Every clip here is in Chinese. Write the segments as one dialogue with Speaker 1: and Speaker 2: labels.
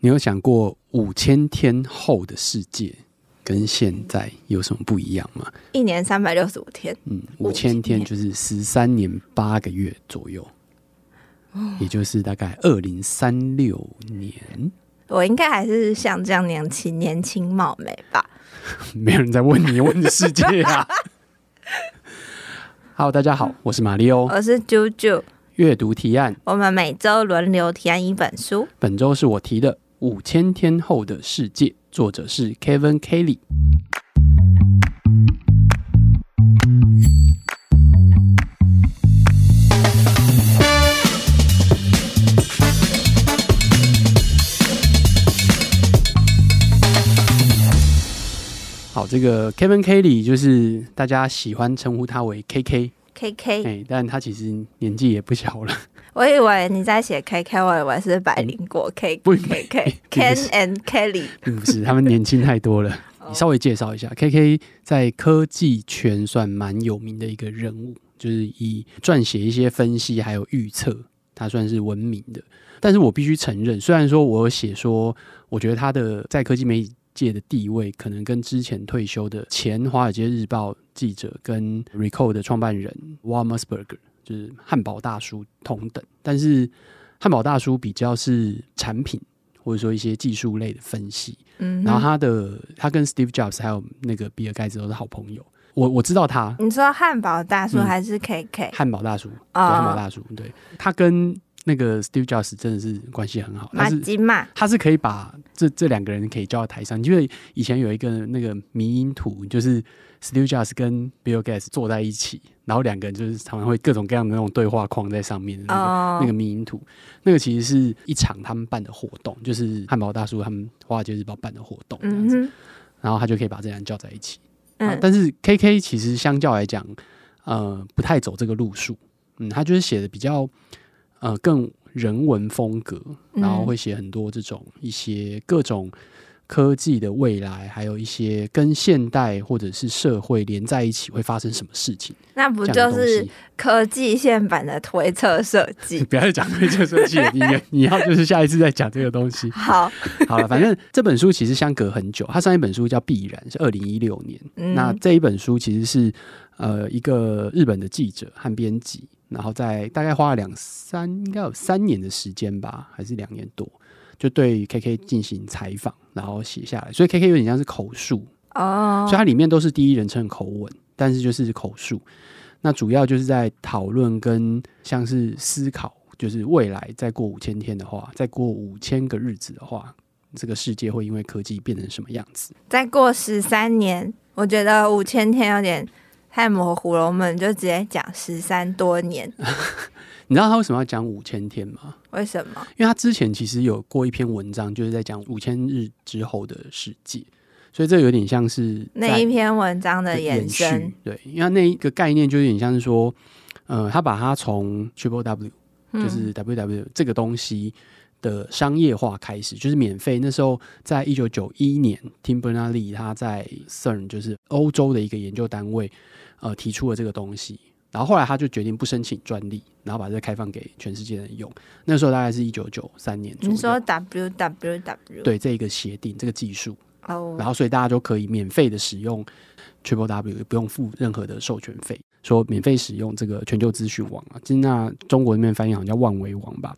Speaker 1: 你有想过五千天后的世界跟现在有什么不一样吗？
Speaker 2: 一年三百六十五天，
Speaker 1: 嗯，五千天就是十三年八个月左右，也就是大概二零三六年，
Speaker 2: 我应该还是像这样年轻、年轻貌美吧。
Speaker 1: 没有人在问你问世界 啊。Hello，大家好，我是马里欧。
Speaker 2: 我是啾啾，
Speaker 1: 阅读提案，
Speaker 2: 我们每周轮流提案一本书。
Speaker 1: 本周是我提的《五千天后的世界》，作者是 Kevin Kelly。好，这个 Kevin Kelly 就是大家喜欢称呼他为 KK，
Speaker 2: K
Speaker 1: 哎、
Speaker 2: K，
Speaker 1: 但他其实年纪也不小了。
Speaker 2: 我以为你在写 K K，我以为是百灵果 K
Speaker 1: 嗯不
Speaker 2: K K
Speaker 1: 并不
Speaker 2: Ken
Speaker 1: 是
Speaker 2: and Kelly。哦
Speaker 1: 并不是，他们年轻太多了。你稍微介绍一下，KK 在科技圈算蛮有名的一个人物，就是以撰写一些分析还有预测，他算是闻名的。但是我必须承认，虽然说我有写说，我觉得他的在科技媒体界的地位，可能跟之前退休的前《华尔街日报》记者跟 Recall 的创办人 w a l m e r s b e r g e r 就是汉堡大叔同等，但是汉堡大叔比较是产品或者说一些技术类的分析，
Speaker 2: 嗯哼，
Speaker 1: 然后他的他跟 Steve Jobs 还有那个比尔盖茨都是好朋友。我我知道他
Speaker 2: 你说汉堡大叔
Speaker 1: 嗯
Speaker 2: 还是 K K？
Speaker 1: 汉堡大叔，对
Speaker 2: 哦
Speaker 1: 汉堡大叔，对他跟那个 Steve Jobs 真的是关系很好，
Speaker 2: 马
Speaker 1: 他是
Speaker 2: 吉嘛，
Speaker 1: 他是可以把这这两个人可以叫到台上。你记得以前有一个那个迷因图，就是 Steve Jobs 跟 Bill Gates 坐在一起，然后两个人就是常常会各种各样的那种对话框在上面的那个、
Speaker 2: 哦
Speaker 1: 那个迷因图，那个其实是一场他们办的活动，就是汉堡大叔他们华尔街日报办的活动这样
Speaker 2: 嗯
Speaker 1: 子，
Speaker 2: 哼，
Speaker 1: 然后他就可以把这两人叫在一起。啊
Speaker 2: 嗯，
Speaker 1: 但是 KK 其实相较来讲，呃，不太走这个路数。嗯，他就是写的比较呃更人文风格，然后
Speaker 2: 嗯
Speaker 1: 会写很多这种一些各种科技的未来，还有一些跟现代或者是社会连在一起会发生什么事情
Speaker 2: 那不
Speaker 1: 这样
Speaker 2: 就
Speaker 1: 的东
Speaker 2: 是
Speaker 1: 西。
Speaker 2: 科技线版的推测设 计？
Speaker 1: 不要再讲对这个设计了，你你要就是下一次再讲这个东西。
Speaker 2: 好，
Speaker 1: 好了，反正这本书其实相隔很久，它上一本书叫《必然》，是二零一六年。
Speaker 2: 嗯
Speaker 1: 那这一本书其实是呃一个日本的记者和编辑，然后在大概花了两三应该有三年的时间吧，还是两年多，就对 KK 进行采访，然后写下来。所以 KK 有点像是口述，
Speaker 2: 哦
Speaker 1: 所以，它里面都是第一人称口吻，但是就是口述。那主要就是在讨论跟像是思考，就是未来再过五千天的话，再过五千个日子的话，这个世界会因为科技变成什么样子？
Speaker 2: 再过十三年，我觉得五千天有点太模糊了，我们就直接讲十三多年。
Speaker 1: 你知道他为什么要讲五千天吗？
Speaker 2: 为什 么？
Speaker 1: 因为他之前其实有过一篇文章，就是在讲五千日之后的世界，所以这有点像是
Speaker 2: 那一
Speaker 1: 在
Speaker 2: 篇文章的延伸
Speaker 1: 续，。对，因为那一个概念就有点像是说，呃，他把它从 Triple W
Speaker 2: 嗯
Speaker 1: 就是 WW 这个东西的商业化开始，就是免费。那时候在一九九一年，Tim Berners-Lee 他在 CERN 就是欧洲的一个研究单位，呃，提出了这个东西。然后后来他就决定不申请专利，然后把这个开放给全世界人用。那时候大概是一九九三年左右。
Speaker 2: 你说 W W W
Speaker 1: 对这个协定、这个技术，然
Speaker 2: 哦，
Speaker 1: 后所以大家就可以免费的使用 Triple W，也不用付任何的授权费，说免费使用这个全球资讯网啊，就那中国那边翻译好像叫万维网吧。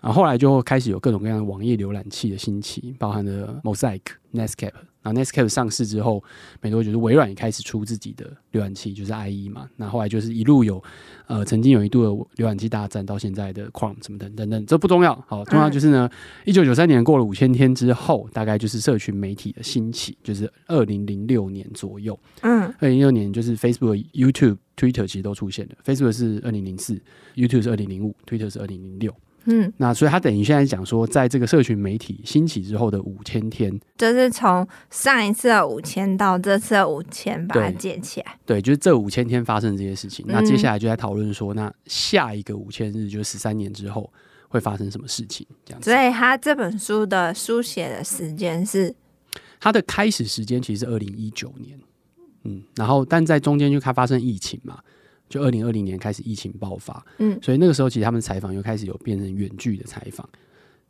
Speaker 1: 啊，后来就开始有各种各样的网页浏览器的兴起，包含了 Mosaic、Netscape。然后 Netscape 上市之后，没多久，就是微软也开始出自己的浏览器，就是 IE 嘛。那后来就是一路有，呃，曾经有一度的浏览器大战，到现在的 Chrome 什么等等等，这不重要。好，重要就是呢，一九九三年过了五千天之后，大概就是社群媒体的兴起，就是二零零六年左右。
Speaker 2: 嗯，
Speaker 1: 二零一六年就是 Facebook、YouTube、Twitter 其实都出现了。Facebook 是二零零四，YouTube 是二零零五，Twitter 是二零零六。
Speaker 2: 嗯，
Speaker 1: 那所以他等于现在讲说，在这个社群媒体兴起之后的五千天，
Speaker 2: 就是从上一次的五千到这次的五千，把它
Speaker 1: 对
Speaker 2: 接起来。
Speaker 1: 对，就是这五千天发生这些事情。
Speaker 2: 嗯
Speaker 1: 那接下来就在讨论说，那下一个五千日，就是十三年之后会发生什么事情？这样子
Speaker 2: 所。以他这本书的书写的时间是，
Speaker 1: 它的开始时间其实是二零一九年，嗯，然后但在中间就开发生疫情嘛，就二零二零年开始疫情爆发，
Speaker 2: 嗯
Speaker 1: 所以那个时候其实他们采访又开始有变成远距的采访，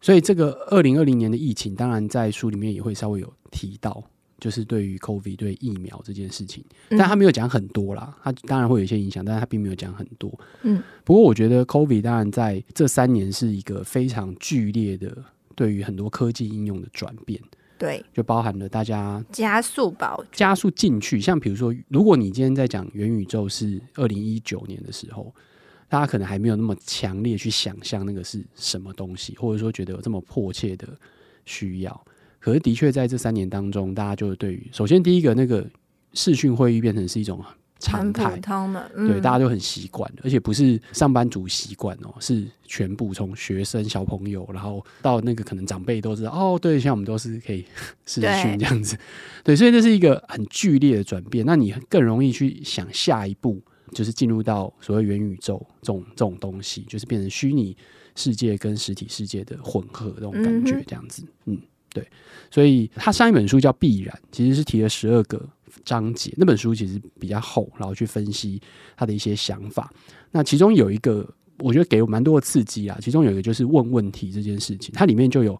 Speaker 1: 所以这个二零二零年的疫情，当然在书里面也会稍微有提到，就是对于 COVID 对疫苗这件事情，但
Speaker 2: 嗯
Speaker 1: 他没有讲很多啦，他当然会有一些影响，但是他并没有讲很多。
Speaker 2: 嗯，
Speaker 1: 不过我觉得 COVID 当然在这三年是一个非常剧烈的对于很多科技应用的转变，
Speaker 2: 对，
Speaker 1: 就包含了大家
Speaker 2: 加速吧，我觉
Speaker 1: 加速进去。像比如说，如果你今天在讲元宇宙是二零一九年的时候，大家可能还没有那么强烈去想象那个是什么东西，或者说觉得有这么迫切的需要。可是的确在这三年当中，大家就对于首先第一个那个视讯会议变成是一种
Speaker 2: 得
Speaker 1: 常
Speaker 2: 很普
Speaker 1: 态，
Speaker 2: 通的，嗯、
Speaker 1: 对，大家就很习惯，而且不是上班族习惯哦，是全部从学生、小朋友，然后到那个可能长辈都知道哦，对，像我们都是可以视讯
Speaker 2: 对
Speaker 1: 这样子，对，所以这是一个很剧烈的转变，那你更容易去想下一步，就是进入到所谓元宇宙这种这种东西，就是变成虚拟世界跟实体世界的混合这种感
Speaker 2: 嗯
Speaker 1: 觉
Speaker 2: 哼，
Speaker 1: 这样子，嗯。对，所以他上一本书叫《必然》，其实是提了十二个章节。那本书其实比较厚，然后去分析他的一些想法。那其中有一个，我觉得给我蛮多的刺激啊。其中有一个就是问问题这件事情，它里面就有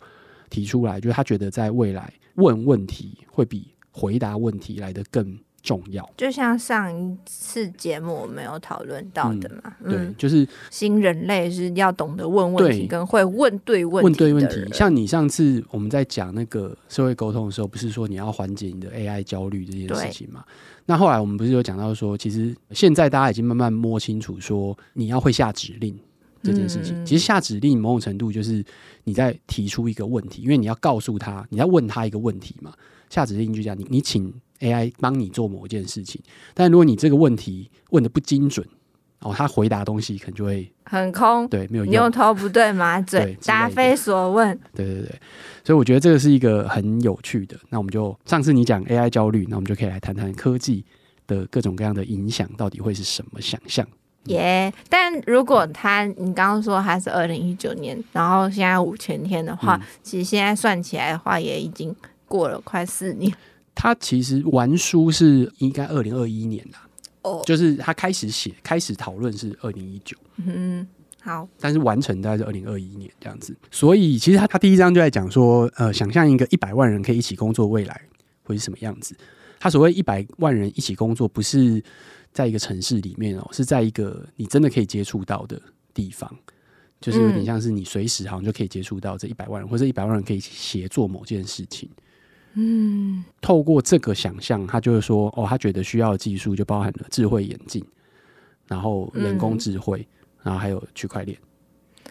Speaker 1: 提出来，就是他觉得在未来问问题会比回答问题来得更重要。
Speaker 2: 就像上一次节目我们有讨论到的嘛，嗯，
Speaker 1: 对，就是
Speaker 2: 新人类是要懂得问问题，
Speaker 1: 对
Speaker 2: 跟会问对问
Speaker 1: 问
Speaker 2: 题的
Speaker 1: 对
Speaker 2: 人，
Speaker 1: 问题。像你上次我们在讲那个社会沟通的时候，不是说你要缓解你的 AI 焦虑这件
Speaker 2: 对
Speaker 1: 事情嘛？那后来我们不是有讲到说，其实现在大家已经慢慢摸清楚说你要会下指令。这件事情，
Speaker 2: 嗯
Speaker 1: 其实下指令某种程度就是你在提出一个问题，因为你要告诉他，你在问他一个问题嘛。下指令就这样，你你请 AI 帮你做某件事情，但如果你这个问题问的不精准，哦，他回答的东西可能就会
Speaker 2: 很空，
Speaker 1: 对没有用。
Speaker 2: 牛头不对马嘴
Speaker 1: 对，之
Speaker 2: 答
Speaker 1: 类的
Speaker 2: 非所问，
Speaker 1: 对对对，所以我觉得这个是一个很有趣的。那我们就上次你讲 AI 焦虑，那我们就可以来谈谈科技的各种各样的影响到底会是什么想象。
Speaker 2: 耶、但如果他，你刚刚说他是二零一九年，然后现在五千天的
Speaker 1: 嗯
Speaker 2: 话，其实现在算起来的话，也已经过了快四年
Speaker 1: 他其实玩书是应该二零二一年啦，
Speaker 2: 哦。
Speaker 1: 就是他开始写、开始讨论是二零一九，
Speaker 2: 嗯，好，
Speaker 1: 但是完成大概是二零二一年这样子。所以其实他他第一章就在讲说，呃，想象一个一百万人可以一起工作的未来会是什么样子。他所谓一百万人一起工作，不是在一个城市里面哦，是在一个你真的可以接触到的地方，就是有点像是你随时好像就可以接触到这一百万人，或者一百万人可以一起协作某件事情。嗯，透过这个想象，他就是说，哦，他觉得需要的技术就包含了智慧眼镜，然后人工
Speaker 2: 嗯
Speaker 1: 智慧，然后还有区块链。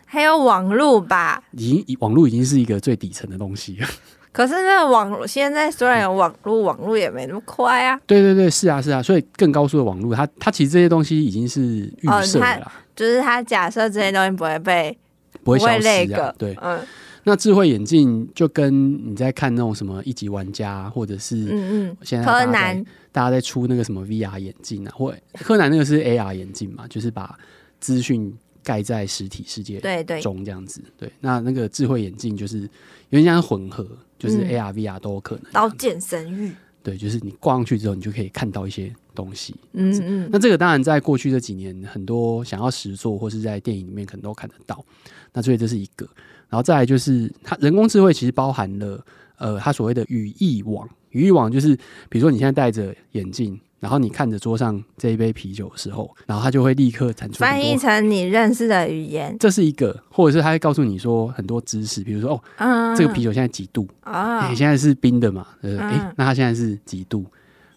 Speaker 2: 还有网络吧，
Speaker 1: 已经网络已经是一个最底层的东 西了。
Speaker 2: 可是那个网络现在虽然有网络，网络也没那么快啊，
Speaker 1: 对对对，是啊是啊，所以更高速的网络，它它其实这些东西已经是预设的啦，
Speaker 2: 就是他假设这些东西不会被
Speaker 1: 不会消
Speaker 2: 会那
Speaker 1: 失的、
Speaker 2: 个
Speaker 1: 啊。，对，
Speaker 2: 嗯
Speaker 1: 那智慧眼镜就跟你在看那种什么一级玩家，或者是
Speaker 2: 嗯
Speaker 1: 现在
Speaker 2: 嗯，柯
Speaker 1: 大家在
Speaker 2: 南
Speaker 1: 大家在出那个什么 VR 眼镜啊，或柯南那个是 AR 眼镜嘛，就是把资讯盖在实体世界
Speaker 2: 对对，
Speaker 1: 中这样子。对，那那个智慧眼镜就是有点像混合，就是
Speaker 2: 嗯
Speaker 1: AR、VR 都有可能。
Speaker 2: 刀剑神域，
Speaker 1: 对，就是你挂上去之后，你就可以看到一些东西。
Speaker 2: 嗯嗯，
Speaker 1: 那这个当然在过去这几年，很多想要实做或是在电影里面可能都看得到。那所以这是一个，然后再来就是它人工智慧其实包含了呃它所谓的语义网，语义网就是比如说你现在戴着眼镜，然后你看着桌上这一杯啤酒的时候，然后它就会立刻产出很
Speaker 2: 翻译
Speaker 1: 多。
Speaker 2: 成你认识的语言，
Speaker 1: 这是一个，或者是它会告诉你说很多知识，比如说哦，
Speaker 2: 嗯，
Speaker 1: 这个啤哎酒现在几度，
Speaker 2: 啊
Speaker 1: 你、，现在是冰的嘛？呃，哎、
Speaker 2: 嗯
Speaker 1: 那它现在是几度？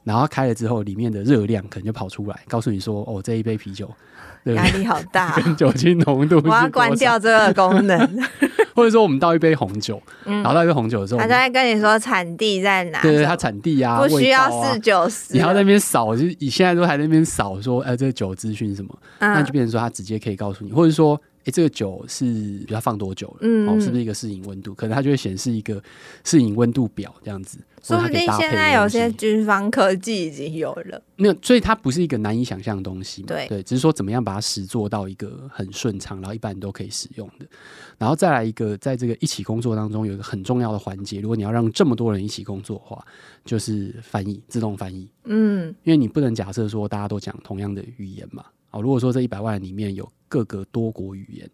Speaker 1: 然后开了之后，里面的热量可能就跑出来，告诉你说，哦，这一杯啤酒热
Speaker 2: 压
Speaker 1: 量
Speaker 2: 力好大哦、
Speaker 1: 跟酒精浓度是
Speaker 2: 我要
Speaker 1: 多
Speaker 2: 关
Speaker 1: 少，
Speaker 2: 掉这个功能。
Speaker 1: 或者说我们倒一杯红酒，
Speaker 2: 嗯
Speaker 1: 然后倒一杯红酒的时候，
Speaker 2: 他
Speaker 1: 我
Speaker 2: 就
Speaker 1: 们
Speaker 2: 会跟你说产地在哪，
Speaker 1: 对对，它产地啊，
Speaker 2: 不需要
Speaker 1: 味道啊
Speaker 2: 四九十，
Speaker 1: 你还要在那边扫，就是你现在都还在那边扫，说，哎、这个酒资讯什么，那就
Speaker 2: 嗯
Speaker 1: 变成说它直接可以告诉你，或者说，哎、这个酒是，比如它放多久了，
Speaker 2: 嗯
Speaker 1: 哦，是不是一个适应温度？可能它就会显示一个适应温度表这样子，
Speaker 2: 说
Speaker 1: 或者它可
Speaker 2: 不
Speaker 1: 以
Speaker 2: 定
Speaker 1: 搭
Speaker 2: 现
Speaker 1: 配
Speaker 2: 在
Speaker 1: 的
Speaker 2: 有
Speaker 1: 东西
Speaker 2: 些军方科技已经有了，
Speaker 1: 没有，所以它不是一个难以想象的东西嘛。
Speaker 2: 对
Speaker 1: 只是说怎么样把它实做到一个很顺畅，然后一般人都可以使用的。然后再来一个，在这个一起工作当中，有一个很重要的环节，如果你要让这么多人一起工作的话，就是翻译，自动翻译，
Speaker 2: 嗯，
Speaker 1: 因为你不能假设说大家都讲同样的语言嘛。哦，如果说这一百万人里面有各个多国语言，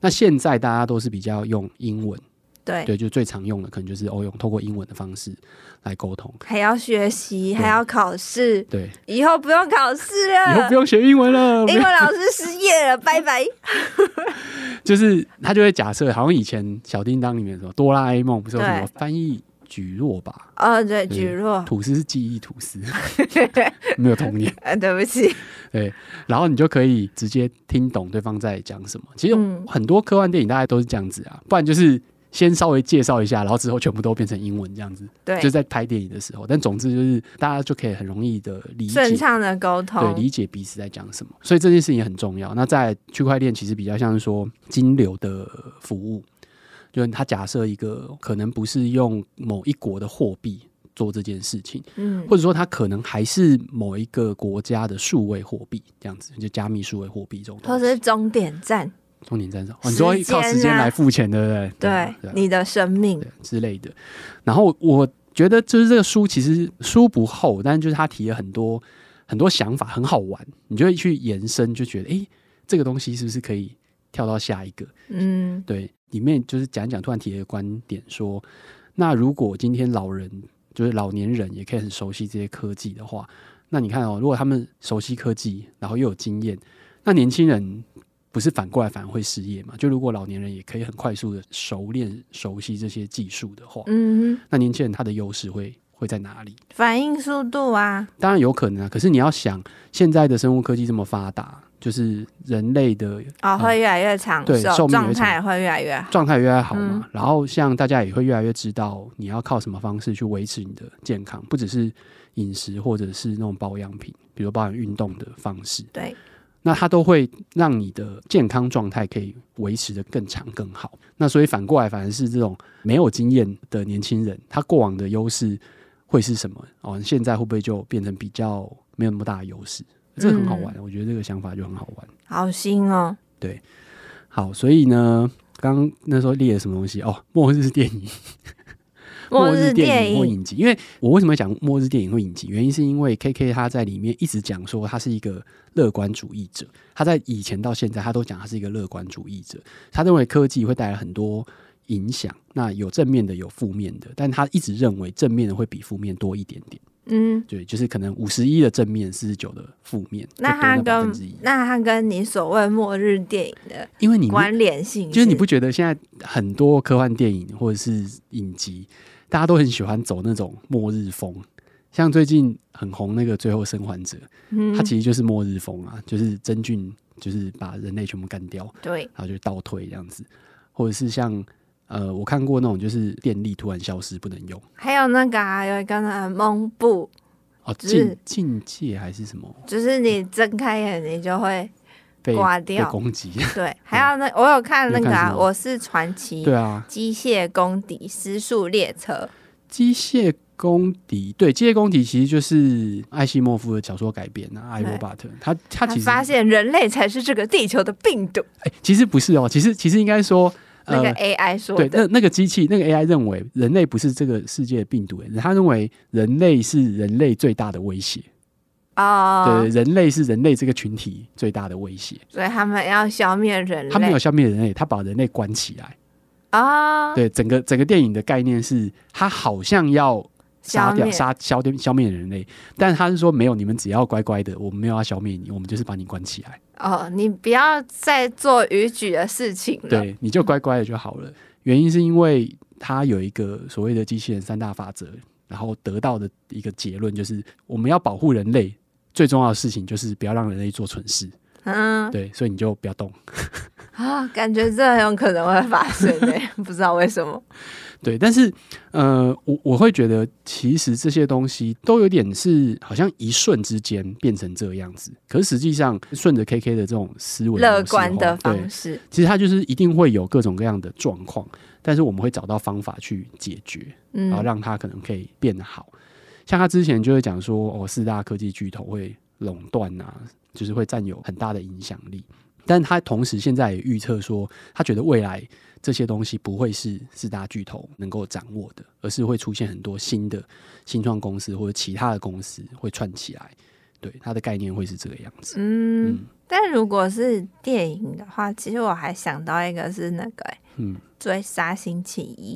Speaker 1: 那现在大家都是比较用英文
Speaker 2: 对，
Speaker 1: 对，就最常用的可能就是哦，用透过英文的方式来沟通。
Speaker 2: 还要学习，还要考试，
Speaker 1: 对，
Speaker 2: 以后不用考试
Speaker 1: 以后
Speaker 2: 了
Speaker 1: 不，用学英文了，
Speaker 2: 英文老师失业了，拜拜。
Speaker 1: 就是他就会假设，好像以前小叮当里面什么哆啦 A 梦不是有什么
Speaker 2: 对
Speaker 1: 翻译举弱吧？
Speaker 2: 哦，对，
Speaker 1: 对
Speaker 2: 举弱，
Speaker 1: 吐司是记忆吐 司，没有童年。
Speaker 2: 呃，对不起，
Speaker 1: 然后你就可以直接听懂对方在讲什么。其实
Speaker 2: 嗯
Speaker 1: 很多科幻电影大概都是这样子啊，不然就是先稍微介绍一下，然后之后全部都变成英文这样子，
Speaker 2: 对
Speaker 1: 就，在拍电影的时候。但总之就是大家就可以很容易的理解
Speaker 2: 顺。畅的沟
Speaker 1: 对，
Speaker 2: 通，
Speaker 1: 理解彼此在讲什么，所以这件事情也很重要。那在区块链其实比较像是说金流的服务，就是它假设一个可能不是用某一国的货币做这件事情，
Speaker 2: 嗯，
Speaker 1: 或者说它可能还是某一个国家的数位货币这样子，就加密数位货币这种
Speaker 2: 或
Speaker 1: 东西。
Speaker 2: 是终点站，
Speaker 1: 重点在什么？哦
Speaker 2: 时
Speaker 1: 你
Speaker 2: 间啊
Speaker 1: 说靠时间来付钱，对不对？
Speaker 2: 对
Speaker 1: 对啊
Speaker 2: 你的生命
Speaker 1: 对，之类的。然后我觉得就是这个书其实书不厚，但是就是它提了很多很多想法，很好玩，你就会去延伸，就觉得诶，这个东西是不是可以跳到下一个？
Speaker 2: 嗯，
Speaker 1: 对，里面就是讲一讲，突然提了一个观点说，那如果今天老人就是老年人也可以很熟悉这些科技的话，那你看哦，如果他们熟悉科技，然后又有经验，那年轻人不是反过来反而会失业嘛？就如果老年人也可以很快速的熟练熟悉这些技术的话，
Speaker 2: 嗯，
Speaker 1: 那年轻人他的优势会会在哪里？
Speaker 2: 反应速度啊，
Speaker 1: 当然有可能啊，可是你要想，现在的生物科技这么发达，就是人类的
Speaker 2: 哦，
Speaker 1: 嗯
Speaker 2: 会越来越长
Speaker 1: 对
Speaker 2: 寿，
Speaker 1: 寿命也
Speaker 2: 状
Speaker 1: 会长
Speaker 2: 态会越来越好，
Speaker 1: 状态越来越好嘛
Speaker 2: 嗯。
Speaker 1: 然后像大家也会越来越知道你要靠什么方式去维持你的健康，不只是饮食或者是那种保养品，比如保养运动的方式，
Speaker 2: 对，
Speaker 1: 那它都会让你的健康状态可以维持的更长更好。那所以反过来，反而是这种没有经验的年轻人，他过往的优势会是什么？哦，现在会不会就变成比较没有那么大的优势？这个很好玩，我觉得这个想法就很好玩。
Speaker 2: 好新哦，
Speaker 1: 好，所以呢，刚刚那时候列了什么东西？哦，末日电影。
Speaker 2: 末
Speaker 1: 日
Speaker 2: 日电
Speaker 1: 或
Speaker 2: 影，
Speaker 1: 影集。因为我为什么讲末日电影或影集，原因是因为 K K 他在里面一直讲说他是一个乐观主义者，他在以前到现在他都讲他是一个乐观主义者，他认为科技会带来很多。影响那有正面的有负面的，但他一直认为正面的会比负面多一点点，
Speaker 2: 嗯，
Speaker 1: 对，就是可能五十一的正面，四十九的负面，
Speaker 2: 那
Speaker 1: 就多
Speaker 2: 它
Speaker 1: 了百
Speaker 2: 跟
Speaker 1: 分之一。
Speaker 2: 那它跟你所谓末日电影的
Speaker 1: 因为你
Speaker 2: 关联性，
Speaker 1: 就是你不，觉得现在很多科幻电影或者是影集，大家都很喜欢走那种末日风，像最近很红那个《最后生还者》，
Speaker 2: 嗯
Speaker 1: 它，其实就是末日风啊，就是真菌就是把人类全部干掉，
Speaker 2: 对，
Speaker 1: 然后就倒退这样子，或者是像呃，我看过那种就是电力突然消失不能用
Speaker 2: 还有那个啊，有一个那个蒙布，
Speaker 1: 哦，
Speaker 2: 是
Speaker 1: 境境界还是什么
Speaker 2: 就是你睁开眼你就会
Speaker 1: 被
Speaker 2: 挂
Speaker 1: 被
Speaker 2: 掉，
Speaker 1: 攻击？
Speaker 2: 对，还有那我有看那个
Speaker 1: 你有看
Speaker 2: 啊，
Speaker 1: 什么
Speaker 2: 我是传奇，
Speaker 1: 对啊，
Speaker 2: 机械公敌失速列车，
Speaker 1: 机械公敌，对，机械公敌其实就是艾希莫夫的小说改编啊，《艾
Speaker 2: 对
Speaker 1: 罗巴特》。他他其实
Speaker 2: 发现人类才是这个地球的病毒，
Speaker 1: 哎其实不是哦，其实其实应该说，
Speaker 2: 那个
Speaker 1: 呃，
Speaker 2: AI 说
Speaker 1: 对，
Speaker 2: 的，
Speaker 1: 那那个机器，那个 AI 认为人类不是这个世界的病毒，哎他认为人类是人类最大的威胁，
Speaker 2: 哦
Speaker 1: 对，，人类是人类这个群体最大的威胁。
Speaker 2: 所以他们要消灭人
Speaker 1: 他没
Speaker 2: 类
Speaker 1: 有消灭人类，他把人类关起来。
Speaker 2: 啊，
Speaker 1: 对，整个整个电影的概念是，他好像要杀
Speaker 2: 消
Speaker 1: 掉、
Speaker 2: 灭
Speaker 1: 杀消掉、消灭人类，但他是说没有，你们只要乖乖的，我们没有要消灭你，我们就是把你关起来，
Speaker 2: 哦，你不要再做逾矩的事情了，
Speaker 1: 对，你就乖乖的就好了。原因是因为他有一个所谓的机器人三大法则，然后得到的一个结论就是，我们要保护人类，最重要的事情就是不要让人类做蠢事。
Speaker 2: 嗯
Speaker 1: 对，所以你就不要动。
Speaker 2: 啊，感觉这很有可能会发 生诶， 不知道为什么，
Speaker 1: 对，但是呃，我我会觉得，其实这些东西都有点是好像一瞬之间变成这样子，可是实际上顺着 K K 的这种思维
Speaker 2: 乐
Speaker 1: 模式
Speaker 2: 观的
Speaker 1: 话哦对
Speaker 2: 方，式，
Speaker 1: 其实它就是一定会有各种各样的状况，但是我们会找到方法去解决，然后
Speaker 2: 嗯，
Speaker 1: 让它可能可以变好。像他之前就会讲说，哦，四大科技巨头会垄断啊，就是会占有很大的影响力。但他同时现在也预测说，他觉得未来这些东西不会是四大巨头能够掌握的，而是会出现很多新的新创公司或者其他的公司会串起来，对，它的概念会是这个样子。
Speaker 2: 嗯
Speaker 1: 嗯，
Speaker 2: 但如果是电影的话，其实我还想到一个是那个、欸
Speaker 1: 嗯，
Speaker 2: 追杀星期一》，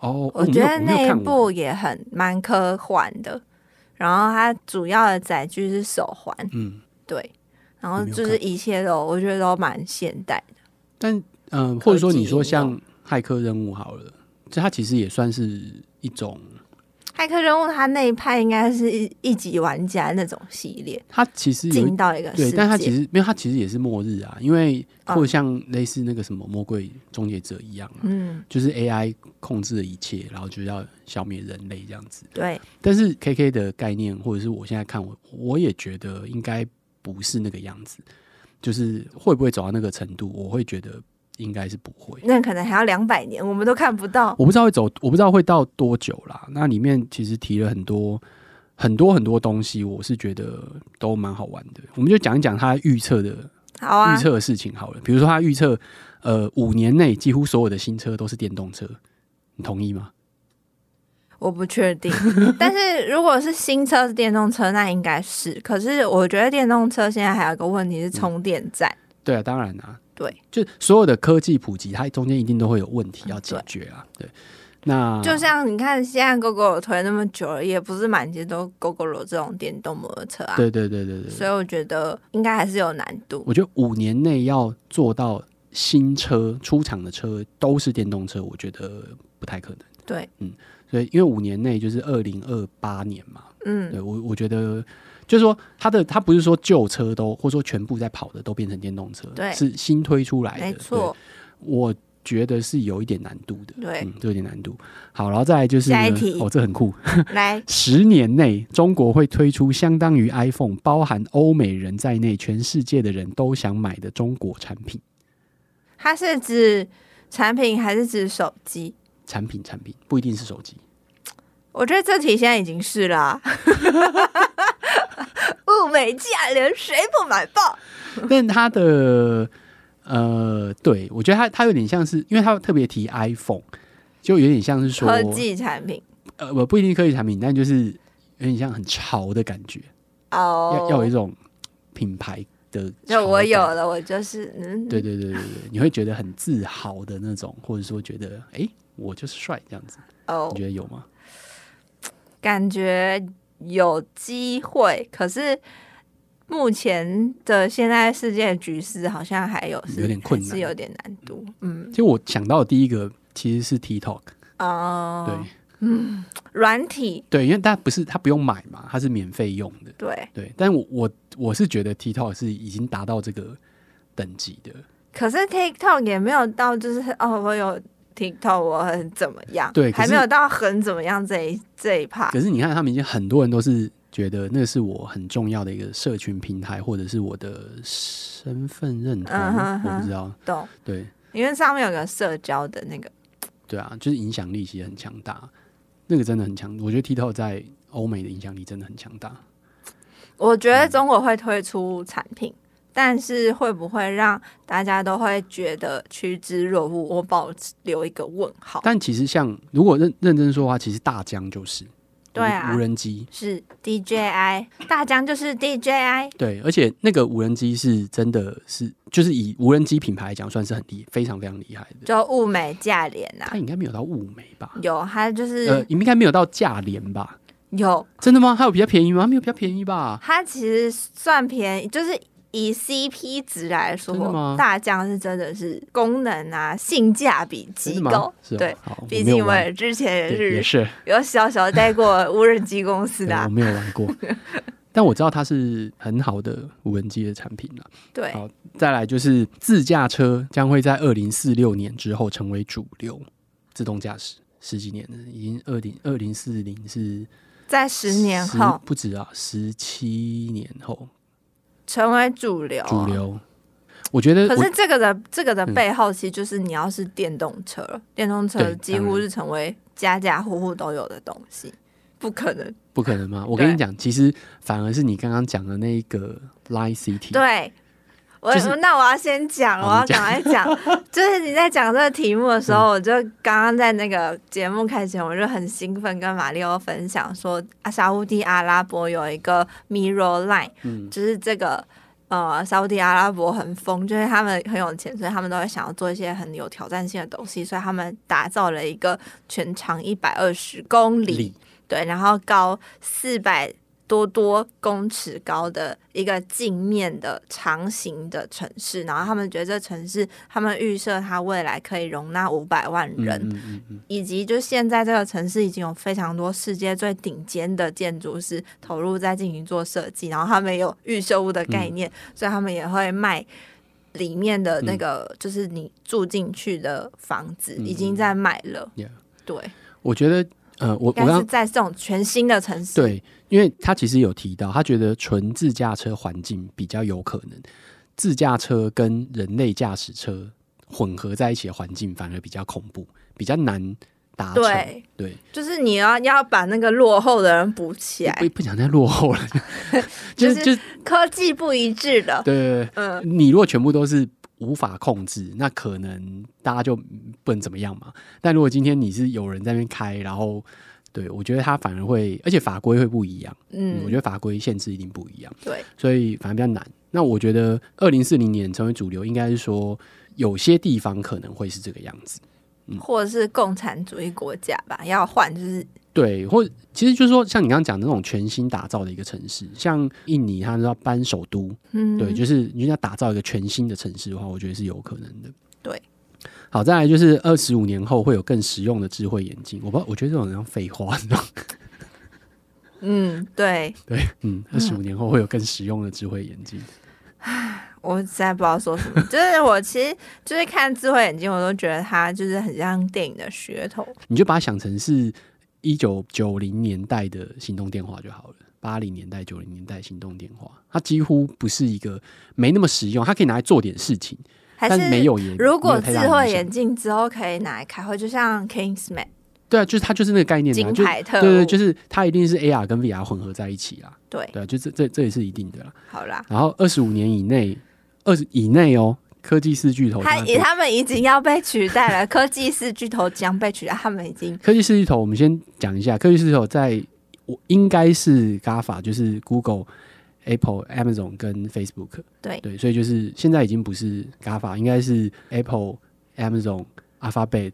Speaker 1: 哦，
Speaker 2: 我
Speaker 1: 没
Speaker 2: 觉
Speaker 1: 有
Speaker 2: 得
Speaker 1: 没有
Speaker 2: 那一
Speaker 1: 看
Speaker 2: 部
Speaker 1: 完
Speaker 2: 也很蛮科幻的。然后它主要的载具是手环，
Speaker 1: 嗯，
Speaker 2: 对，然后
Speaker 1: 我没有
Speaker 2: 就是
Speaker 1: 看
Speaker 2: 一切都我觉得都蛮现代的。
Speaker 1: 但嗯、呃
Speaker 2: 科
Speaker 1: 或者说
Speaker 2: 技
Speaker 1: 你说
Speaker 2: 应
Speaker 1: 像骇客任务好了，这它其实也算是一种，
Speaker 2: 骇客任务它那一派应该是一一级玩家那种系列，
Speaker 1: 它其实有一
Speaker 2: 进到一个世
Speaker 1: 对，
Speaker 2: 界，
Speaker 1: 但它其实没有，它其实也是末日啊，因为
Speaker 2: 嗯
Speaker 1: 或者像类似那个什么魔鬼终结者一样啊，
Speaker 2: 嗯，
Speaker 1: 就是 AI 控制了一切，然后就要消灭人类这样子。
Speaker 2: 对，
Speaker 1: 但是 KK 的概念，或者是我现在看我，我也觉得应该不是那个样子，就是会不会走到那个程度，我会觉得应该是不会。
Speaker 2: 那可能还要两百年，我们都看不到。
Speaker 1: 我不知道会走，我不知道会到多久啦。那里面其实提了很多很多很多东西，我是觉得都蛮好玩的。我们就讲一讲他预测的
Speaker 2: 好啊
Speaker 1: 预，测的事情好了。比如说，他预测呃五年内几乎所有的新车都是电动车，你同意吗？
Speaker 2: 我不确定， 但是如果是新车是电动车，那应该是。可是我觉得电动车现在还有一个问题是充电站。
Speaker 1: 对啊，当然啊，
Speaker 2: 对，
Speaker 1: 就所有的科技普及，它中间一定都会有问题要解决啊。对，那
Speaker 2: 就像你看，现在 GoGo 推那么久了，也不是满街都 GoGo 罗这种电动摩托车啊。
Speaker 1: 对对对对对，
Speaker 2: 所以我觉得应该还是有难度。
Speaker 1: 我觉得五年内要做到新车出厂的车都是电动车，我觉得不太可能。
Speaker 2: 对，
Speaker 1: 嗯，所以因为五年内就是二零二八年嘛，
Speaker 2: 嗯，
Speaker 1: 对我我觉得就是说它的它不是说旧车都或者说全部在跑的都变成电动车，
Speaker 2: 对
Speaker 1: 是新推出来的，
Speaker 2: 没错。
Speaker 1: 对，我觉得是有一点难度的。
Speaker 2: 对，
Speaker 1: 嗯，这有点难度。好，然后再来就是呢
Speaker 2: 下一题
Speaker 1: 哦，这很酷。
Speaker 2: 来，
Speaker 1: 十年内，中国会推出相当于 iPhone，包含欧美人在内，全世界的人都想买的中国产品。
Speaker 2: 它是指产品还是指手机？
Speaker 1: 产品产品不一定是手机，
Speaker 2: 我觉得这题现在已经是了啊、 物美价廉，谁不买爆？
Speaker 1: 但它的呃，对我觉得它它有点像是，因为它特别提 iPhone，就有点像是说
Speaker 2: 科技产品
Speaker 1: 呃，不不一定科技产品，但就是有点像很潮的感觉，
Speaker 2: 哦
Speaker 1: 要，要有一种品牌的潮
Speaker 2: 就
Speaker 1: 感。
Speaker 2: 我有了，我就是嗯，
Speaker 1: 对对对对对，你会觉得很自豪的那种，或者说觉得哎、诶我就是帅这样子，
Speaker 2: 哦
Speaker 1: 你，觉得有吗？
Speaker 2: 感觉有机会，可是目前的现在世界局势好像还有是
Speaker 1: 有点困难
Speaker 2: 还是有点难度。嗯，
Speaker 1: 其实我想到的第一个其实是 TikTok，
Speaker 2: 哦、
Speaker 1: 嗯对、
Speaker 2: 软体，
Speaker 1: 对，因为它不是它不用买嘛，它是免费用的，
Speaker 2: 对，
Speaker 1: 对。但我我我是觉得 TikTok 是已经达到这个等级的，
Speaker 2: 可是 TikTok 也没有到就是哦，我有 TikTok，我很怎么样？
Speaker 1: 对可是
Speaker 2: 还没有到很怎么样这一这一趴。
Speaker 1: 可是你看他们已经很多人都是觉得那是我很重要的一个社群平台，或者是我的身份认同，
Speaker 2: 嗯哼哼
Speaker 1: 我不知道，
Speaker 2: 懂，
Speaker 1: 对。
Speaker 2: 因为上面有个社交的那个，
Speaker 1: 对啊，就是影响力其实很强大，那个真的很强。我觉得 TikTok 在欧美的影响力真的很强大。
Speaker 2: 我觉得中国会推出产品。但是会不会让大家都会觉得趋之若鹜？我保留一个问号。
Speaker 1: 但其实像如果认认真说的话，其实大疆就是
Speaker 2: 对啊
Speaker 1: 无无人机，
Speaker 2: 是 DJI，大疆就是 DJI，
Speaker 1: 对，而且那个无人机是真的是就是以无人机品牌来讲，算是很厉，非常非常厉害的。
Speaker 2: 就物美价廉呐、
Speaker 1: 它应该没有到物美吧？
Speaker 2: 有，它就
Speaker 1: 哎呃，
Speaker 2: 是
Speaker 1: 应该没有到价廉吧？
Speaker 2: 有，
Speaker 1: 真的吗？它有比较便宜吗？没有比较便宜吧？
Speaker 2: 它其实算便宜，就是以 CP 值来说
Speaker 1: 真的吗，
Speaker 2: 大疆是真的是功能啊，性价比
Speaker 1: 真的
Speaker 2: 极
Speaker 1: 吗
Speaker 2: 高？。
Speaker 1: 是、哦、
Speaker 2: 对，
Speaker 1: 好，我
Speaker 2: 毕
Speaker 1: 没有
Speaker 2: 竟我
Speaker 1: 玩
Speaker 2: 也之前也
Speaker 1: 对也
Speaker 2: 是
Speaker 1: 是
Speaker 2: 有小小待过无人机公司的
Speaker 1: 对，
Speaker 2: 啊、
Speaker 1: 我没有玩 过，但我知道它是很好的无人机的产品啦。
Speaker 2: 对，
Speaker 1: 好再来就是自驾车将会在二零四六年之后成为主流，自动驾驶十几年了，已经二零二零四零是
Speaker 2: 在十年后
Speaker 1: 不止啊，十七年后
Speaker 2: 成为主流啊、
Speaker 1: 主流。我觉得
Speaker 2: 可
Speaker 1: 我
Speaker 2: 是这个的这个的
Speaker 1: 嗯
Speaker 2: 背后，其实就是你要是电动车，电动车
Speaker 1: 对
Speaker 2: 几乎是成为家家户户都有的东西，不可能。
Speaker 1: 不可能嘛，我跟
Speaker 2: 对
Speaker 1: 你讲，其实反而是你刚刚讲的那一个 Line City，
Speaker 2: 对，我、
Speaker 1: 就是
Speaker 2: 我那我要先讲，
Speaker 1: 好
Speaker 2: 我要
Speaker 1: 你讲嗯
Speaker 2: 赶快讲。 就是你在讲这个题目的时候，我就刚刚在那个节目开始前，我就很兴奋跟马里奥分享说，啊，沙乌地阿拉伯有一个 Mirror Line，、
Speaker 1: 嗯
Speaker 2: 就是这个呃，沙烏地阿拉伯很疯，就是他们很有钱，所以他们都会想要做一些很有挑战性的东西，所以他们打造了一个全长一百二十公里
Speaker 1: 里
Speaker 2: 对，然后高四百多多公尺高的一个镜面的长形的城市，然后他们觉得这城市，他们预设它未来可以容纳五百万人，
Speaker 1: 嗯嗯嗯
Speaker 2: 以及就现在这个城市已经有非常多世界最顶尖的建筑师投入在进行做设计，然后他们也有预售屋的概念，
Speaker 1: 嗯
Speaker 2: 所以他们也会卖里面的那个，就是你住进去的房子
Speaker 1: 嗯
Speaker 2: 已经在卖了，
Speaker 1: 嗯，yeah。
Speaker 2: 对，
Speaker 1: 我觉得呃，我我
Speaker 2: 但是
Speaker 1: 刚
Speaker 2: 在这种全新的城市，
Speaker 1: 对，因为他其实有提到，他觉得纯自驾车环境比较有可能，自驾车跟人类驾驶车混合在一起的环境反而比较恐怖，比较难达成。
Speaker 2: 对
Speaker 1: 对，
Speaker 2: 就是你要要把那个落后的人补起来，
Speaker 1: 不不想再落后了， 就是
Speaker 2: 就是
Speaker 1: 就是
Speaker 2: 科技不一致的，
Speaker 1: 对对对，
Speaker 2: 嗯，
Speaker 1: 你如果全部都是无法控制，那可能大家就不能怎么样嘛。但如果今天你是有人在那边开，然后对我觉得他反而会，而且法规会不一样。嗯，我觉
Speaker 2: 嗯，
Speaker 1: 得法规限制一定不一样，
Speaker 2: 对，
Speaker 1: 所以反而比较难。那我觉得二零四零年成为主流，应该是说有些地方可能会是这个样子。嗯
Speaker 2: 或者是共产主义国家吧，要换就是
Speaker 1: 对，或其实就是说，像你刚刚讲的那种全新打造的一个城市，像印尼，它要搬首都，
Speaker 2: 嗯，
Speaker 1: 对，就是你要打造一个全新的城市的话，我觉得是有可能的。
Speaker 2: 对，
Speaker 1: 好，再来就是二十五年后会有更实用的智慧眼镜。我不知道，我觉得这种人像废话，你知道 吗？
Speaker 2: 嗯，对
Speaker 1: 对，嗯，二十五年后会有更实用的智慧眼 镜。
Speaker 2: 我实在不知道说什么。就是我其实就是看智慧眼镜，我都觉得它就是很像电影的噱头。
Speaker 1: 你就把它想成是一九九零年代的行动电话就好了。八零年代、九零年代行动电话，它几乎不是一个没那么实用，它可以拿来做点事情，
Speaker 2: 还
Speaker 1: 但是没有也
Speaker 2: 如果
Speaker 1: 没有太
Speaker 2: 智
Speaker 1: 大的
Speaker 2: 慧
Speaker 1: 影响
Speaker 2: 眼镜之后可以拿来开会，就像 Kingsman
Speaker 1: 对啊，就是它就是那个概念啊，
Speaker 2: 金
Speaker 1: 就
Speaker 2: 牌特务，
Speaker 1: 对对，就是它一定是 AR 跟 VR 混合在一起啦，
Speaker 2: 对，
Speaker 1: 对啊，就这这这也是一定的啦。
Speaker 2: 好啦。
Speaker 1: 然后二十五年以内，二十以内哦，科技四巨头当
Speaker 2: 他
Speaker 1: 然不，
Speaker 2: 以他们已经要被取代了，科技四巨头将被取代，他们已经
Speaker 1: 科技四巨头，我们先讲一下，科技四巨头在我应该是 GAFA，就是 Google、Apple、Amazon 跟 Facebook，
Speaker 2: 对
Speaker 1: 对，所以就是现在已经不是 GAFA，应该是 Apple、Amazon、Alphabet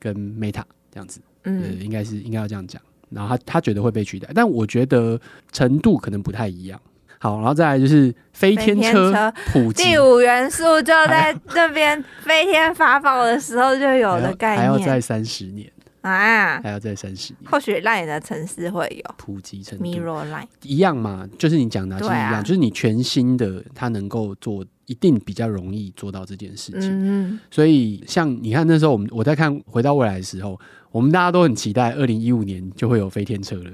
Speaker 1: 跟 Meta 这样子，对，
Speaker 2: 嗯，
Speaker 1: 应该是应该要这样讲。然后他他觉得会被取代，但我觉得程度可能不太一样。好，然后再来就是飞
Speaker 2: 飞
Speaker 1: 天
Speaker 2: 天
Speaker 1: 车
Speaker 2: 车
Speaker 1: 普及，
Speaker 2: 第五元素就在那边飞天法宝的时候就有
Speaker 1: 还要
Speaker 2: 的概
Speaker 1: 还要
Speaker 2: 念
Speaker 1: 再三十年，
Speaker 2: 啊。
Speaker 1: 还要再三十年
Speaker 2: 或许 Line 的城市会有
Speaker 1: 普及程度。
Speaker 2: Mirror Line，
Speaker 1: 一样嘛，就是你讲的啊、其
Speaker 2: 对
Speaker 1: 实一
Speaker 2: 啊
Speaker 1: 样，就是你全新的，它能够做，一定比较容易做到这件事情。
Speaker 2: 嗯嗯，
Speaker 1: 所以像你看那时候我们我在看《回到未来》的时候，我们大家都很期待二零一五年就会有飞天车了，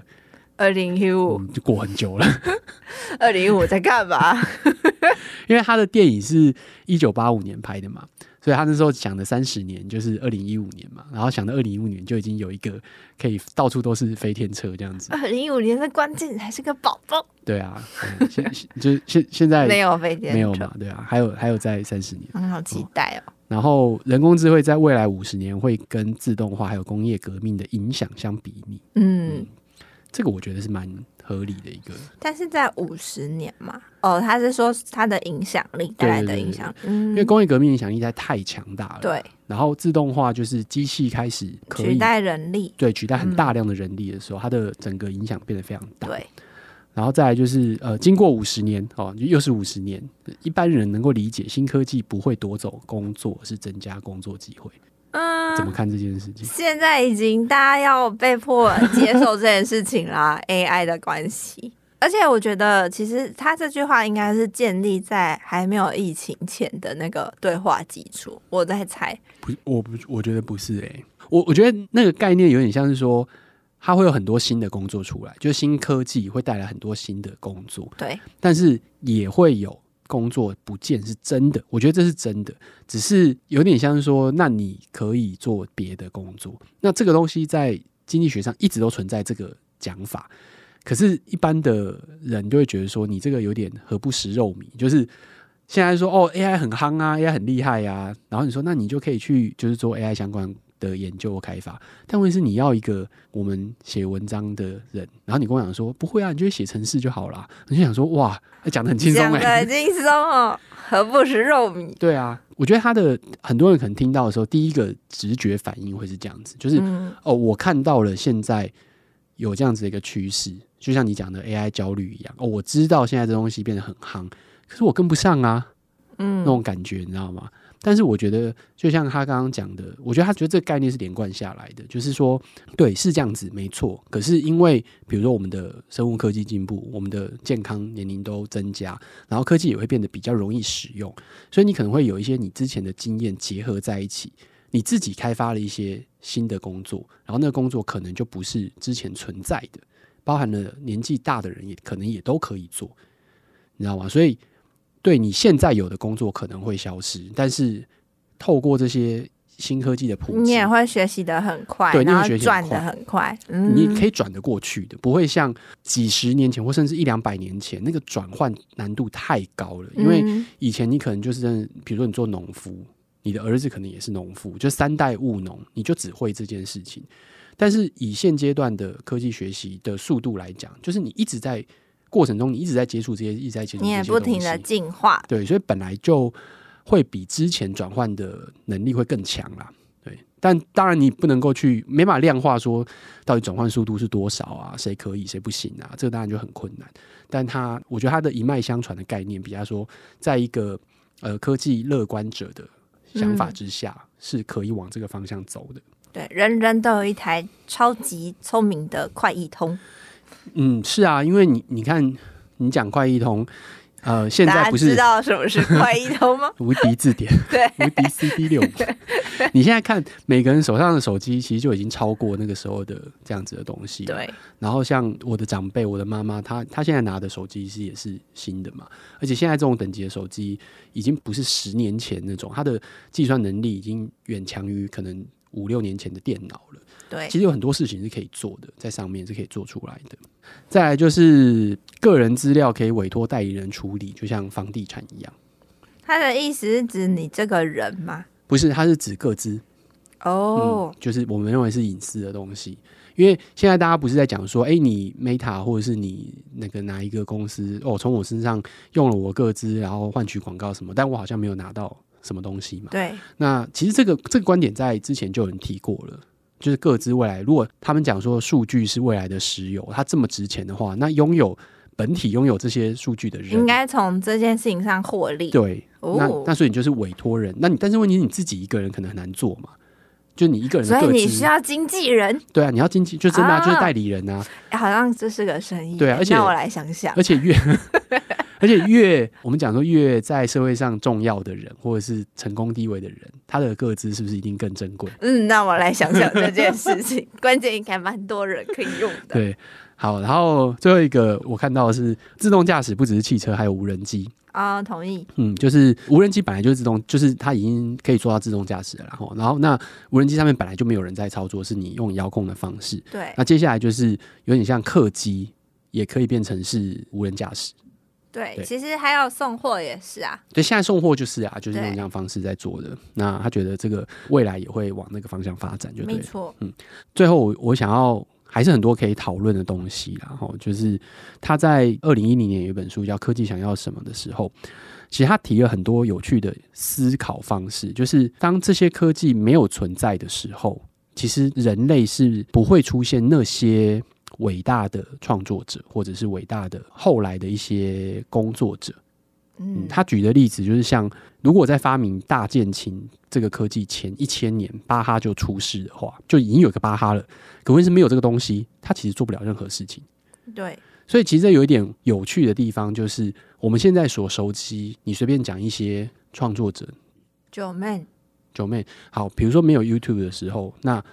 Speaker 2: 二零一
Speaker 1: 我
Speaker 2: 五，
Speaker 1: 们就过很久了，
Speaker 2: 二零一五在干嘛？
Speaker 1: 因为他的电影是一九八五年拍的嘛。所以他那时候想的三十年就是二零一五年嘛，然后想到二零一五年就已经有一个可以到处都是飞天车这样子，
Speaker 2: 二零一五年的关键还是个宝宝，
Speaker 1: 对啊，嗯现现就是现现在
Speaker 2: 没有飞
Speaker 1: 哎没
Speaker 2: 天
Speaker 1: 有
Speaker 2: 车
Speaker 1: 嘛，，对啊，还有还有在三十年，
Speaker 2: 嗯，好期待哦。
Speaker 1: 然后人工智慧在未来五十年会跟自动化还有工业革命的影响相比拟，
Speaker 2: 嗯，
Speaker 1: 这个我觉得是蛮合理的一个。
Speaker 2: 但是在五十年嘛，哦，他是说他的影响力带来的影响力，嗯
Speaker 1: 因为，工业革命影响力在太强大了，。
Speaker 2: 对，
Speaker 1: 然后自动化就是机器开始可
Speaker 2: 取
Speaker 1: 以
Speaker 2: 代人力，
Speaker 1: 对取代很大量的人力的时候，它的整个影响变得非常大。
Speaker 2: 对，
Speaker 1: 然后再来就是呃，经过五十年哦，又是五十年，一般人能够理解新科技不会夺走工作，是增加工作机会。怎
Speaker 2: 嗯。
Speaker 1: 么看这件事情？
Speaker 2: 现在已经大家要被迫接受这件事情啦 ，AI 的关系。而且我觉得，其实他这句话应该是建立在还没有疫情前的那个对话基础，我在猜。
Speaker 1: 不，我不，我觉得不是欸诶、我我觉得那个概念有点像是说，它会有很多新的工作出来，就是新科技会带来很多新的工作，
Speaker 2: 对，
Speaker 1: 但是也会有工作不见是真的，我觉得这是真的，只是有点像是说，那你可以做别的工作，那这个东西在经济学上一直都存在这个讲法。可是，一般的人就会觉得说，你这个有点何不食肉糜，就是现在说哦，AI 很夯啊，AI 很厉害呀、啊，然后你说那你就可以去就是做 AI 相关的研究开发，但问题是你要一个我们写文章的人，然后你跟我讲说不会啊，你就写程式就好啦。你就想说哇，讲的很轻松
Speaker 2: 讲
Speaker 1: 哎、
Speaker 2: 的轻松哦，何不食肉糜？
Speaker 1: 对啊，我觉得他的很多人可能听到的时候，第一个直觉反应会是这样子，就是、
Speaker 2: 嗯，
Speaker 1: 哦，我看到了现在有这样子的一个趋势，就像你讲的 AI 焦虑一样。哦，我知道现在这东西变得很夯，可是我跟不上啊，
Speaker 2: 嗯
Speaker 1: 那种感觉你知道吗？但是我觉得，就像他刚刚讲的，我觉得他觉得这个概念是连贯下来的，就是说，对，是这样子，没错。可是因为比如说我们的生物科技进步，我们的健康年龄都增加，然后科技也会变得比较容易使用，所以你可能会有一些你之前的经验结合在一起，你自己开发了一些新的工作，然后那个工作可能就不是之前存在的，包含了年纪大的人也可能也都可以做，你知道吗？所以对你现在有的工作可能会消失，但是透过这些新科技的普及，
Speaker 2: 你也会学习的很快，
Speaker 1: 对你也
Speaker 2: 然
Speaker 1: 会学
Speaker 2: 后
Speaker 1: 习得很
Speaker 2: 赚
Speaker 1: 快
Speaker 2: 的很快，嗯，
Speaker 1: 你可以转得过去的，不会像几十年前或甚至一两百年前那个转换难度太高了。因为
Speaker 2: 嗯
Speaker 1: 以前你可能就是真的，比如说你做农夫，你的儿子可能也是农夫，就三代务农，你就只会这件事情。但是以现阶段的科技学习的速度来讲，就是你一直在过程中，你一直在接触这些，一直在接触这
Speaker 2: 你
Speaker 1: 些东
Speaker 2: 也
Speaker 1: 西，
Speaker 2: 不停的进化，
Speaker 1: 对，所以本来就会比之前转换的能力会更强啦。对，但当然你不能够去没法量化说到底转换速度是多少啊，谁可以谁不行啊，这个当然就很困难。但它我觉得它的一脉相传的概念，比较说在一个呃科技乐观者的想法
Speaker 2: 嗯
Speaker 1: 之下，是可以往这个方向走的。
Speaker 2: 对，人人都有一台超级聪明的快易通，
Speaker 1: 嗯，是啊，因为你你看你讲快易通，呃，现
Speaker 2: 大
Speaker 1: 在
Speaker 2: 家
Speaker 1: 不
Speaker 2: 知
Speaker 1: 是？
Speaker 2: 道什么是快易通吗
Speaker 1: 无敌字典。
Speaker 2: 对，
Speaker 1: 无敌 CD 六。你现在看每个人手上的手机，其实就已经超过那个时候的这样子的东西。。
Speaker 2: 对，
Speaker 1: 然后像我的长辈，我的妈妈，她她现在拿的手机是也是新的嘛，而且现在这种等级的手机已经不是十年前那种，它的计算能力已经远强于可能五六年前的电脑了。
Speaker 2: 对
Speaker 1: 其，实有很多事情是可以做的，在上面是可以做出来的。再来就是个人资料可以委托代理人处理，就像房地产一样，
Speaker 2: 他的意思是指你这个人嘛？
Speaker 1: 不是它是指个资。
Speaker 2: 哦
Speaker 1: 嗯，，就是我们认为是隐私的东西。因为现在大家不是在讲说，哎、你 Meta 或者是你那个哪一个公司哦，从我身上用了我个资，然后换取广告什么，但我好像没有拿到什么东西嘛。
Speaker 2: 对，
Speaker 1: 那其实这个这个观点在之前就有人提过了，就是各自未来，如果他们讲说数据是未来的石油，它这么值钱的话，那拥有本体拥有这些数据的人，
Speaker 2: 应该从这件事情上获利。
Speaker 1: 对，那
Speaker 2: 哦
Speaker 1: 那所以你就是委托人，那你但是问题是你自己一个人可能很难做嘛，就你一个人的
Speaker 2: 所
Speaker 1: 个资，
Speaker 2: 以你需要经纪人，
Speaker 1: 对啊，你要经纪就真的、啊、
Speaker 2: 啊
Speaker 1: 就是代理人啊，
Speaker 2: 哎好像这是个生意。
Speaker 1: 对啊而且
Speaker 2: 那我来想想
Speaker 1: 而，且 越而且越我们讲说越在社会上重要的人或者是成功地位的人，他的个资是不是一定更珍贵？
Speaker 2: 嗯，那我来想想这 件事情，关键应该蛮多人可以用的。
Speaker 1: 对，好，然后最后一个我看到的是自动驾驶，不只是汽车，还有无人机。
Speaker 2: 啊、同意。
Speaker 1: 嗯，就是无人机本来就是自动，就是它已经可以做到自动驾驶了啦，然后然后那无人机上面本来就没有人在操作，是你用遥控的方式。
Speaker 2: 对
Speaker 1: 那接下来就是有点像客机，也可以变成是无人驾驶。
Speaker 2: 对，
Speaker 1: 对
Speaker 2: 其实还有送货也是啊。
Speaker 1: 对，现在送货就是啊，就是用
Speaker 2: 对
Speaker 1: 这样方式在做的。那他觉得这个未来也会往那个方向发展，就对
Speaker 2: 没
Speaker 1: 了。
Speaker 2: 错，
Speaker 1: 最后我我想要还是很多可以讨论的东西啦，哈，就是他在二零一零年有一本书叫《科技想要什么》的时候，其实他提了很多有趣的思考方式，就是当这些科技没有存在的时候，其实人类是不会出现那些。伟大的创作者，或者是伟大的后来的一些工作者，嗯
Speaker 2: 嗯，，
Speaker 1: 他举的例子就是像，如果在发明大键琴这个科技前一千年，巴哈就出世的话，就已经有一个巴哈了。可问题是没有这个东西，他其实做不了任何事情。
Speaker 2: 对，
Speaker 1: 所以其实这有一点有趣的地方，就是我们现在所熟悉，你随便讲一些创作者，
Speaker 2: 九妹，
Speaker 1: 九妹，好，比如说没有 YouTube 的时候，那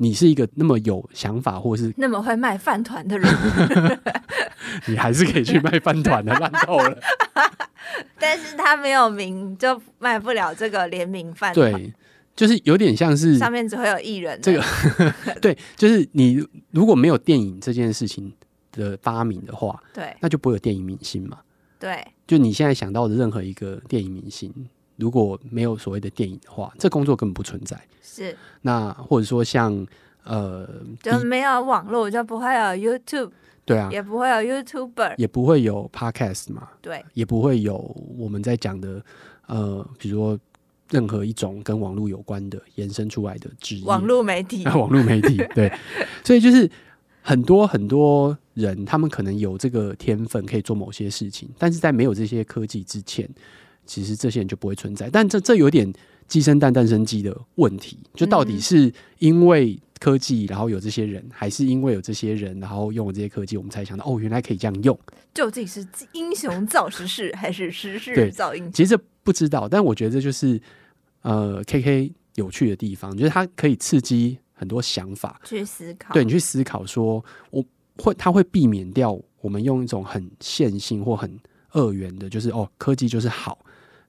Speaker 1: 你是一个那么有想法，或是
Speaker 2: 那么会卖饭团 的人，
Speaker 1: 你还是可以去卖饭团的，烂透 了。
Speaker 2: 但是他没有名，就卖不了这个联名饭团。
Speaker 1: 对，就是有点像是
Speaker 2: 上面只会有艺人的。
Speaker 1: 这个对，就是你如果没有电影这件事情的发明的话，
Speaker 2: 对
Speaker 1: 那就不会有电影明星嘛。
Speaker 2: 对，
Speaker 1: 就你现在想到的任何一个电影明星，如果没有所谓的电影的话，这工作根本不存在。
Speaker 2: 是，
Speaker 1: 那或者说像呃，
Speaker 2: 就
Speaker 1: 比
Speaker 2: 没有网络就不会有 YouTube，
Speaker 1: 对啊，
Speaker 2: 也不会有 YouTuber，
Speaker 1: 也不会有 podcast 嘛，
Speaker 2: 对，
Speaker 1: 也不会有我们在讲的呃，比如说任何一种跟网络有关的延伸出来的职业，
Speaker 2: 网络媒体
Speaker 1: 啊，，网络媒体对，所以就是很多很多人，他们可能有这个天分可以做某些事情，但是在没有这些科技之前，其实这些人就不会存在。但这这有点鸡生蛋，蛋生鸡的问题，就到
Speaker 2: 嗯
Speaker 1: 底是因为科技，然后有这些人，还是因为有这些人，然后用了这些科技，我们才想到哦，原来可以这样用。
Speaker 2: 究竟是英雄造时势还是时势
Speaker 1: 对
Speaker 2: 造英雄？
Speaker 1: 其实这不知道，但我觉得这就是呃，K K 有趣的地方，就是它可以刺激很多想法，
Speaker 2: 去思考，
Speaker 1: 对你去思考说，我会它会避免掉我们用一种很线性或很二元的，就是哦，科技就是好，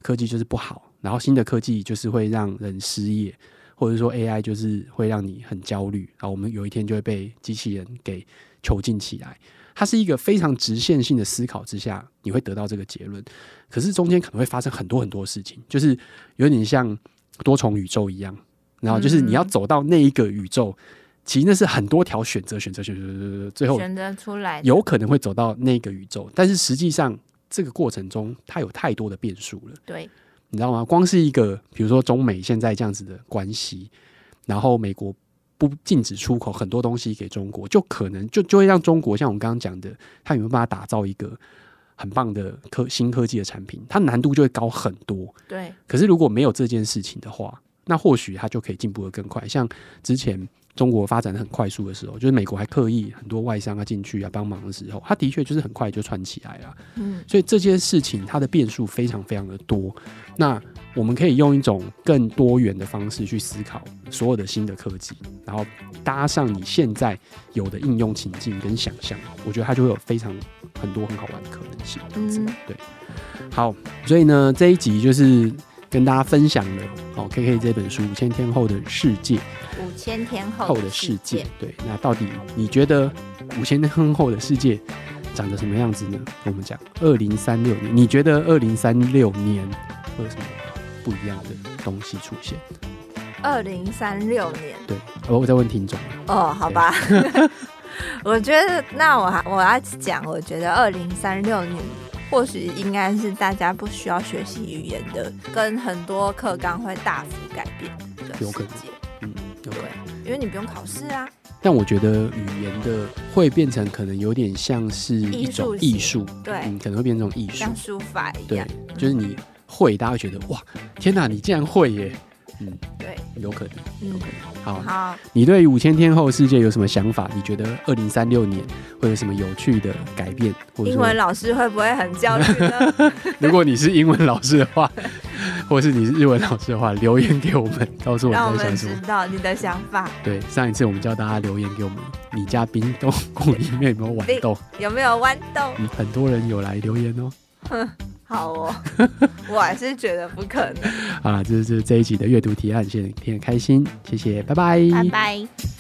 Speaker 1: 科技就是不好，然后新的科技就是会让人失业，或者说 AI 就是会让你很焦虑，然后我们有一天就会被机器人给囚禁起来。它是一个非常直线性的思考之下，你会得到这个结论。可是中间可能会发生很多很多事情，就是有点像多重宇宙一样。然后就是你要
Speaker 2: 嗯
Speaker 1: 走到那一个宇宙，其实那是很多条选择，选择，选择，选择选择，最后
Speaker 2: 选择出来的
Speaker 1: 有可能会走到那个宇宙。但是实际上，这个过程中它有太多的变数了，
Speaker 2: 对，
Speaker 1: 你知道吗？光是一个，比如说中美现在这样子的关系，然后美国不禁止出口很多东西给中国，就可能就就会让中国像我们刚刚讲的，它有没有办法打造一个很棒的科新科技的产品，它难度就会高很多。
Speaker 2: 对，
Speaker 1: 可是如果没有这件事情的话，那或许它就可以进步的更快。像之前中国发展的很快速的时候，就是美国还刻意很多外商啊进去啊帮忙的时候，它的确就是很快就串起来了。
Speaker 2: 嗯，
Speaker 1: 所以这件事情它的变数非常非常的多。那我们可以用一种更多元的方式去思考所有的新的科技，然后搭上你现在有的应用情境跟想象，我觉得它就会有非常很多很好玩的可能性。这样子，
Speaker 2: 嗯
Speaker 1: 对。好，所以呢这一集就是跟大家分享了哦，K K 这本书《五千天后的世界》
Speaker 2: 五千天
Speaker 1: 后
Speaker 2: 后
Speaker 1: 的世
Speaker 2: 世
Speaker 1: 界，。对，那到底你觉得五千年后的世界长得什么样子呢？我们讲二零三六年，你觉得二零三六年会有什么不一样的东西出现？
Speaker 2: 二零三六年，
Speaker 1: 对，哦、我在问听众啊，
Speaker 2: 哦，好吧。 我觉得，那我还我要讲，我觉得二零三六年或许应该是大家不需要学习语言的，跟很多课纲会大幅改变的世
Speaker 1: 有可能
Speaker 2: 界，
Speaker 1: 嗯，有可能。
Speaker 2: 因为你不用考试啊。
Speaker 1: 但我觉得语言的会变成可能有点像是一种
Speaker 2: 艺
Speaker 1: 艺
Speaker 2: 术
Speaker 1: 术，
Speaker 2: 对
Speaker 1: 嗯，可能会变成一种艺术
Speaker 2: 像，书法一
Speaker 1: 对
Speaker 2: 样，，
Speaker 1: 就是你会，大家会觉得哇，天哪，你竟然会耶，嗯，
Speaker 2: 对，
Speaker 1: 有可能。
Speaker 2: 嗯，
Speaker 1: 好，
Speaker 2: 好，
Speaker 1: 你对五千天后世界有什么想法？你觉得二零三六年会有什么有趣的改变？或者
Speaker 2: 英文
Speaker 1: 说，
Speaker 2: 老师会不会很焦虑呢？
Speaker 1: 如果你是英文老师的话， 或是你是日文老师的话，留言给我 们，告 诉我
Speaker 2: 让我
Speaker 1: 们在
Speaker 2: 们
Speaker 1: 想什
Speaker 2: 知
Speaker 1: 么。
Speaker 2: 道你的想法，
Speaker 1: 对，上一次我们叫大家留言给我们，你家冰冻库里面有没有豌 豆？
Speaker 2: 有没有豌豆？
Speaker 1: 嗯，很多人有来留言哦。
Speaker 2: 好哦，我还是觉得不可能。
Speaker 1: 好啦，这是这一集的阅读提案，谢谢你听得开心，谢谢，拜
Speaker 2: 拜拜。